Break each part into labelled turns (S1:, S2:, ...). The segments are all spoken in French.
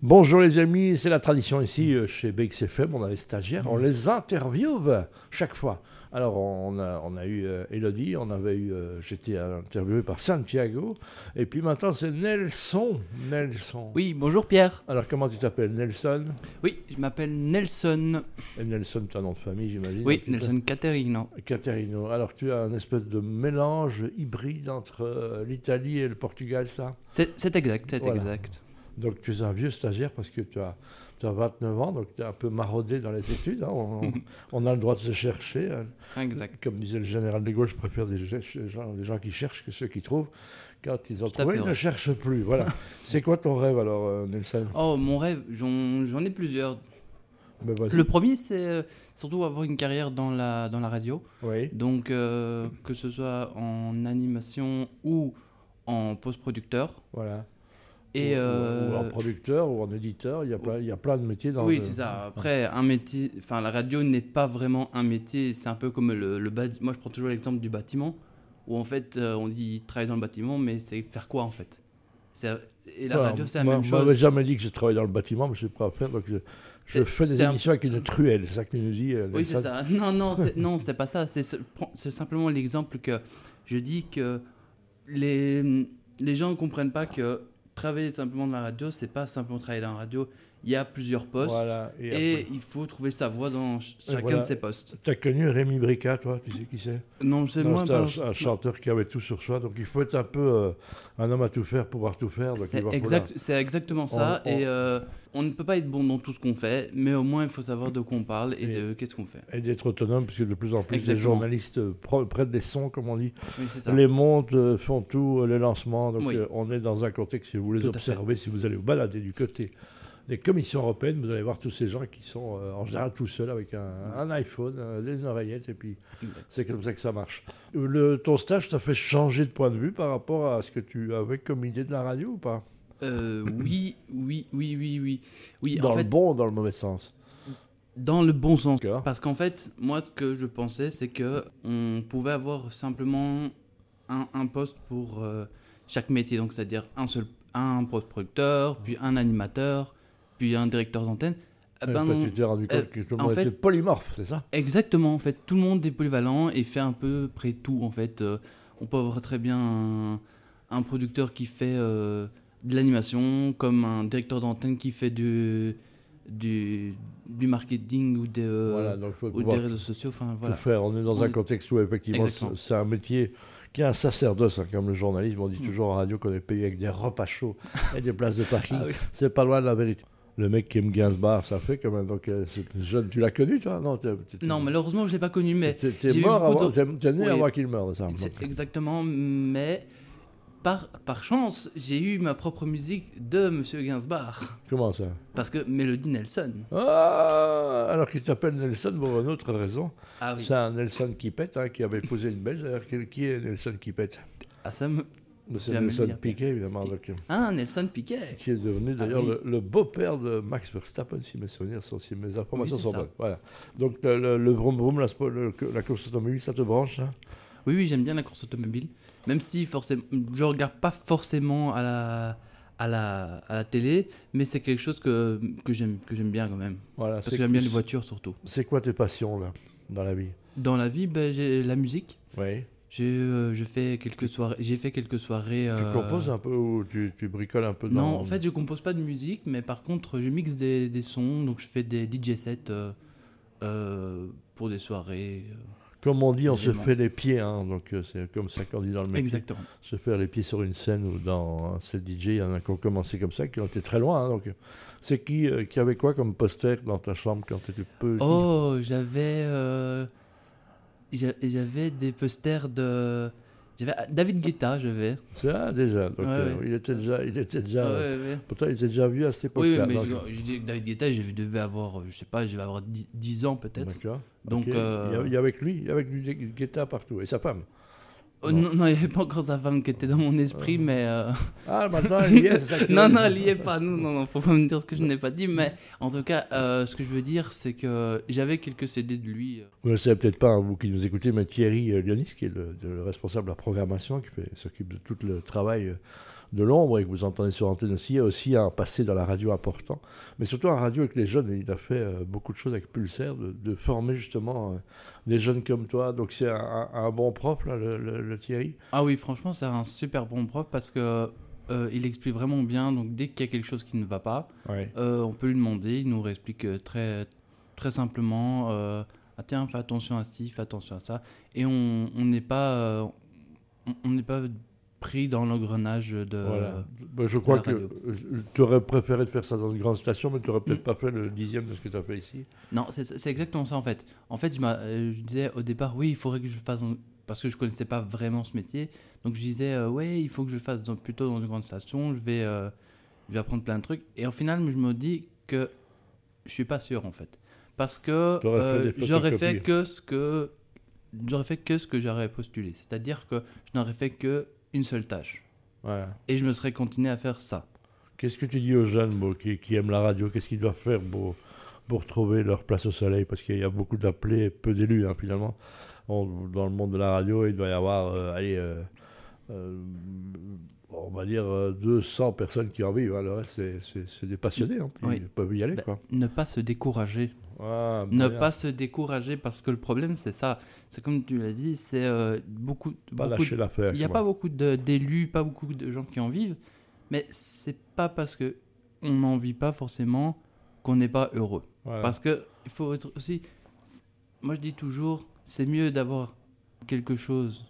S1: Bonjour les amis, c'est la tradition ici euh, chez BXFM, on a les stagiaires, on les interviewe chaque fois. Alors on a, on a eu euh, Elodie, on avait eu, euh, j'étais interviewé par Santiago, et puis maintenant c'est Nelson. Nelson.
S2: Oui, bonjour Pierre.
S1: Alors comment tu t'appelles Nelson
S2: Oui, je m'appelle Nelson.
S1: Et Nelson, tu as un nom de famille j'imagine
S2: Oui,
S1: Tu t'appelles
S2: Nelson Caterino.
S1: Caterino. Alors tu as un espèce de mélange hybride entre euh, l'Italie et le Portugal, ça
S2: C'est c'est exact, c'est
S1: Voilà.
S2: exact.
S1: Donc tu es un vieux stagiaire parce que tu as, tu as 29 ans, donc tu es un peu maraudé dans les études. hein. On, on a le droit de se chercher. hein.
S2: Exact.
S1: Comme disait le général de Gaulle, je préfère des, ge- des gens, des gens qui cherchent que ceux qui trouvent. Quand ils ont
S2: Tout à
S1: trouvé,
S2: fait
S1: ils ne
S2: vrai.
S1: cherchent plus. Voilà. C'est quoi ton rêve alors, euh, Nelson
S2: Oh, mon rêve, j'en j'en ai plusieurs.
S1: Ben, vas-y.
S2: Le premier, c'est euh, surtout avoir une carrière dans la, dans la radio.
S1: Oui.
S2: Donc, euh, que ce soit en animation ou en post-producteur.
S1: Voilà.
S2: Et.
S1: ou, ou-
S2: euh,
S1: ou en producteur ou en éditeur, il y a, plein, il y a plein de métiers dans
S2: oui,
S1: le-
S2: c'est ça. Après, un métier, enfin, la radio n'est pas vraiment un métier. C'est un peu comme le, le bâti- Moi, je prends toujours l'exemple du bâtiment, où en fait, euh, on dit travailler dans le bâtiment, mais c'est faire quoi en fait C'est- Et la
S1: Voilà.
S2: radio, c'est la
S1: Moi-
S2: même
S1: Moi, j'avais
S2: chose.
S1: jamais dit que je travaillais dans le bâtiment, mais je suis prêt à faire. Donc je, je
S2: C'est-
S1: fais des
S2: c'est un-
S1: émissions avec une truelle, c'est ça que tu nous dis. euh,
S2: Oui, c'est
S1: Nelson
S2: ça. Non, non, c'est- non, c'est pas ça. C'est c'est- prends- c'est simplement l'exemple que je dis que les les gens ne comprennent pas que travailler simplement dans la radio, c'est pas simplement travailler dans la radio. Il y a plusieurs postes.
S1: Voilà. Et après-
S2: Et il faut trouver sa voie dans ch-
S1: Et
S2: chacun
S1: voilà.
S2: de ces postes.
S1: T'as connu Rémi Brica, toi Tu sais qui c'est
S2: Non, c'est
S1: Non,
S2: moi.
S1: C'est un,
S2: pas-
S1: un chanteur qui avait tout sur soi. Donc il faut être un peu euh, un homme à tout faire pour pouvoir tout faire. donc il Bah, va
S2: C'est
S1: falloir-
S2: exact, c'est exactement ça.
S1: On- on-
S2: Et euh, on ne peut pas être bon dans tout ce qu'on fait, mais au moins il faut savoir de quoi on parle et,
S1: Et-
S2: de qu'est-ce qu'on fait.
S1: Et d'être autonome, puisque de plus en plus les
S2: Exactement.
S1: journalistes euh, pro- prennent des sons, comme on dit.
S2: Oui, c'est ça.
S1: Les montes euh, font tout, euh, les lancements. Donc
S2: Oui.
S1: euh, on est dans un contexte, si vous les
S2: Tout à
S1: observez, si vous allez vous balader du côté des commissions européennes, vous allez voir tous ces gens qui sont euh, en général tout seuls avec un, un iPhone, euh, des oreillettes, et puis
S2: Exact.
S1: c'est comme ça que ça marche. Le, ton stage t'a fait changer de point de vue par rapport à ce que tu avais comme idée de la radio ou pas
S2: Euh, oui, oui, oui, oui, oui. Oui,
S1: Dans
S2: en fait,
S1: le bon ou dans le mauvais sens
S2: dans le bon sens.
S1: D'accord.
S2: Parce qu'en fait, moi, ce que je pensais, c'est que on pouvait avoir simplement un, un poste pour euh, chaque métier, donc c'est-à-dire un seul, un producteur, puis un animateur, puis un directeur d'antenne. Eh
S1: Eh,
S2: ben
S1: toi,
S2: non.
S1: Tu t'es rendu compte
S2: euh,
S1: que tout le
S2: en
S1: monde
S2: fait-
S1: était polymorphe, c'est ça
S2: Exactement, en fait, tout le monde est polyvalent et fait un peu près tout, en fait. Euh, on peut avoir très bien un, un producteur qui fait euh, de l'animation, comme un directeur d'antenne qui fait du, du, du marketing ou, des, euh,
S1: Voilà, donc faut
S2: ou
S1: pouvoir
S2: des réseaux sociaux, enfin
S1: tout
S2: voilà.
S1: faire. On est dans
S2: On
S1: un
S2: est-
S1: contexte où effectivement
S2: Exactement.
S1: c'est c'est un métier qui a un sacerdoce, hein, comme le journalisme.
S2: Mm.
S1: On dit toujours en radio qu'on est payé avec des repas chauds et des places de parking.
S2: Ah oui.
S1: C'est pas loin de la vérité. Le mec qui aime Gainsbourg, ça fait quand même. Donc, euh, c'est jeune, tu l'as connu, toi Non, t'es- t'es-
S2: Non, malheureusement, je ne l'ai pas connu, mais
S1: t'es- t'es
S2: j'ai eu
S1: mort
S2: beaucoup
S1: avant,
S2: de-
S1: t'es t'es né
S2: Oui.
S1: avant qu'il meure, ça.
S2: c'est exactement, mais par, par chance, j'ai eu ma propre musique de Monsieur Gainsbourg,
S1: Comment ça
S2: parce que Mélodie Nelson.
S1: Ah, alors qu'il s'appelle Nelson pour une autre raison.
S2: Ah oui,
S1: C'est un Nelson qui pète, hein, qui avait épousé une Belge. D'ailleurs, quel- qui est Nelson qui pète
S2: ah, ça me-
S1: C'est
S2: vas me le
S1: Nelson
S2: dire.
S1: Piquet, évidemment, donc,
S2: ah, Nelson Piquet
S1: qui est devenu d'ailleurs
S2: Ah oui.
S1: le, le beau-père de Max Verstappen, si mes souvenirs sont, si mes informations
S2: Oui, c'est
S1: sont
S2: ça.
S1: bonnes. Voilà. Donc le, le, le vroom vroom, la, spo- le- la course automobile, ça te branche hein
S2: Oui, oui, j'aime bien la course automobile. Même si forcément, je regarde pas forcément à la, à la, à la télé, mais c'est quelque chose que, que j'aime que j'aime bien quand même.
S1: Voilà.
S2: Parce
S1: c'est-
S2: que j'aime bien les voitures surtout.
S1: C'est quoi tes passions là dans la vie
S2: Dans la vie, ben, j'ai la musique.
S1: Oui.
S2: J'ai euh, je fais quelques soirées. J'ai fait quelques soirées.
S1: Tu
S2: euh,
S1: composes un peu ou tu, tu bricoles un peu dans
S2: Non, en fait, je compose pas de musique, mais par contre, je mixe des, des sons, donc je fais des DJ sets euh, euh, pour des soirées. euh,
S1: comme on dit, on se
S2: Évidemment.
S1: fait les pieds, hein, donc euh, c'est comme ça qu'on dit dans le métier.
S2: Exactement.
S1: se faire les pieds sur une scène ou dans hein, ces DJ, il y en a qui ont commencé comme ça, qui ont été très loin. hein, donc, c'est qui euh, qui avait quoi comme poster dans ta chambre quand tu étais peu
S2: Oh, j'avais. euh, j'a- j'avais des posters de. J'avais ah, David Guetta, j'avais.
S1: Ça déjà. Donc,
S2: Ouais,
S1: euh,
S2: ouais.
S1: il était déjà, il était déjà.
S2: Ah ouais, ouais.
S1: Pourtant, il était déjà vieux à cette
S2: Oui,
S1: époque-là.
S2: mais
S1: donc-
S2: je, je dis que David Guetta, je devais avoir, euh, je sais pas, je vais avoir 10, 10 ans peut-être.
S1: D'accord.
S2: Donc,
S1: Ok.
S2: euh,
S1: il, y avait, il y avait que lui, il y avait que du Guetta partout et sa femme.
S2: Oh, non, non, il n'y avait pas encore sa femme qui était dans mon esprit, mais. euh,
S1: Ah, maintenant il y est. c'est ça que tu
S2: non,
S1: veux
S2: non,
S1: dire.
S2: elle y est pas, non, non, non, faut pas me dire ce que je n'ai pas dit, mais en tout cas, euh, ce que je veux dire, c'est que j'avais quelques CD de lui.
S1: Vous ne le savez peut-être pas, hein, vous qui nous écoutez, mais Thierry euh, Lionis, qui est le, de- le responsable de la programmation, qui fait- s'occupe de tout le travail euh, de l'ombre et que vous entendez sur Antenne aussi, il y a aussi un passé dans la radio important. Mais surtout en radio avec les jeunes, il a fait euh, beaucoup de choses avec Pulsaire, de, de former justement euh, des jeunes comme toi. Donc c'est un, un- un bon prof, là, le, le- le Thierry.
S2: Ah oui, franchement, c'est un super bon prof parce que euh, il explique vraiment bien. Donc dès qu'il y a quelque chose qui ne va pas, euh, on peut lui demander. Il nous réexplique euh, très très simplement. euh, ah tiens, fais attention à ci, fais attention à ça. Et on on n'est pas euh, on- on n'est pas pris dans l'engrenage de.
S1: Voilà. Ben, Je crois
S2: la
S1: que
S2: radio.
S1: tu aurais préféré te faire ça dans une grande station, mais tu n'aurais
S2: Mm.
S1: peut-être pas fait le dixième de ce que tu as fait ici.
S2: Non, c'est c'est exactement ça en fait. En fait, je, m'a- euh, je disais au départ, oui, il faudrait que je fasse. dans- Parce que je connaissais pas vraiment ce métier. Donc je disais, euh, ouais, il faut que je le fasse dans- plutôt dans une grande station. Je vais, euh, je vais apprendre plein de trucs. Et au final, je me dis que je suis pas sûr en fait. Parce que
S1: T'aurais fait
S2: euh,
S1: des
S2: j'aurais
S1: photocopies.
S2: fait que ce que. J'aurais fait que ce que j'aurais postulé. C'est-à-dire que je n'aurais fait que une seule tâche.
S1: Voilà.
S2: Et je me serais continué à faire ça.
S1: Qu'est-ce que tu dis aux jeunes bon, qui, qui aiment la radio Qu'est-ce qu'ils doivent faire pour, pour trouver leur place au soleil Parce qu'il y a beaucoup d'appelés et peu d'élus, hein, finalement. On- dans le monde de la radio, il doit y avoir, euh, allez, euh, euh, on va dire euh, 200 personnes qui en vivent. hein. Le reste, c'est- c'est c'est des passionnés. hein,
S2: Oui.
S1: Ils peuvent y aller,
S2: Ben,
S1: quoi.
S2: Ne pas se décourager.
S1: Ah,
S2: ne
S1: bien.
S2: pas se décourager parce que le problème c'est ça c'est comme tu l'as dit c'est euh, beaucoup,
S1: Pas
S2: beaucoup
S1: lâcher
S2: de-
S1: l'affaire.
S2: il n'y a
S1: quoi.
S2: pas beaucoup de- d'élus pas beaucoup de gens qui en vivent mais c'est pas parce que on n'en vit pas forcément qu'on n'est pas heureux
S1: Voilà.
S2: parce que il faut être aussi c'est- moi je dis toujours c'est mieux d'avoir quelque chose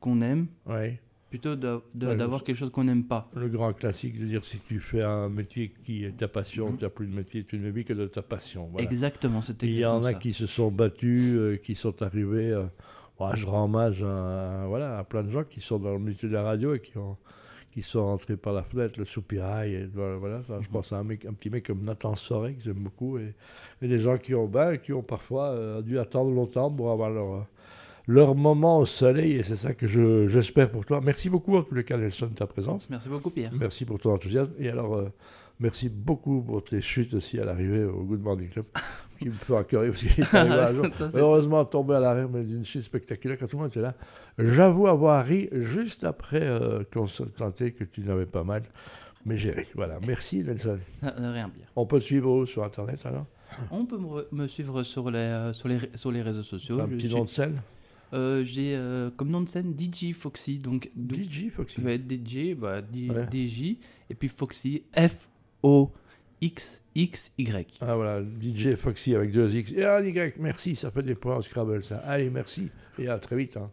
S2: qu'on aime
S1: Ouais.
S2: plutôt d'a- de-
S1: Ouais,
S2: d'avoir
S1: je-
S2: quelque chose qu'on n'aime pas
S1: Le grand classique de dire si tu fais un métier qui est ta passion,
S2: Mhm.
S1: tu n'as plus de métier, tu ne vis que de ta passion. Voilà.
S2: exactement c'était
S1: Il y en a
S2: ça.
S1: qui se sont battus, euh, qui sont arrivés. euh, ouais, je rends hommage à, à- voilà, à plein de gens qui sont dans le milieu de la radio et qui, ont, qui sont rentrés par la fenêtre, le soupirail. Et, voilà, voilà, ça, je
S2: Mhm.
S1: pense à un, mec, un petit mec comme Nathan Soré, que j'aime beaucoup, et, et des gens qui ont, ben, qui ont parfois euh, dû attendre longtemps pour avoir leur, euh, leur moment au soleil. Et c'est ça que je- j'espère pour toi. Merci beaucoup, en tous les cas, Nelson, de ta présence.
S2: merci beaucoup Pierre
S1: Merci pour ton enthousiasme. Et alors, euh, merci beaucoup pour tes chutes aussi à l'arrivée au Good Morning Club, qui me fait encore aussi. t'arrives à la jour.
S2: Ça, c'est-
S1: Heureusement, tombé à l'arrêt, mais d'une chute spectaculaire quand tout le monde était là. J'avoue avoir ri juste après euh, qu'on se tentait que tu n'avais pas mal. Mais j'ai ri. Voilà. Merci, Nelson.
S2: de rien Pierre
S1: On peut te suivre où sur Internet alors
S2: On peut me, re- me suivre sur les, euh, sur les, ré- sur les réseaux sociaux.
S1: Un
S2: Je
S1: petit
S2: suis-
S1: nom de scène
S2: Euh, J'ai euh, comme nom de scène DJ Foxy. Donc, donc,
S1: DJ Foxy.
S2: ça va être DJ, bah, D-
S1: Ouais.
S2: DJ, et puis Foxy, F-O-X-X-Y.
S1: Ah voilà, DJ Foxy avec deux X et un Y. Merci, ça fait des points au Scrabble ça. Allez, merci et à très vite. hein.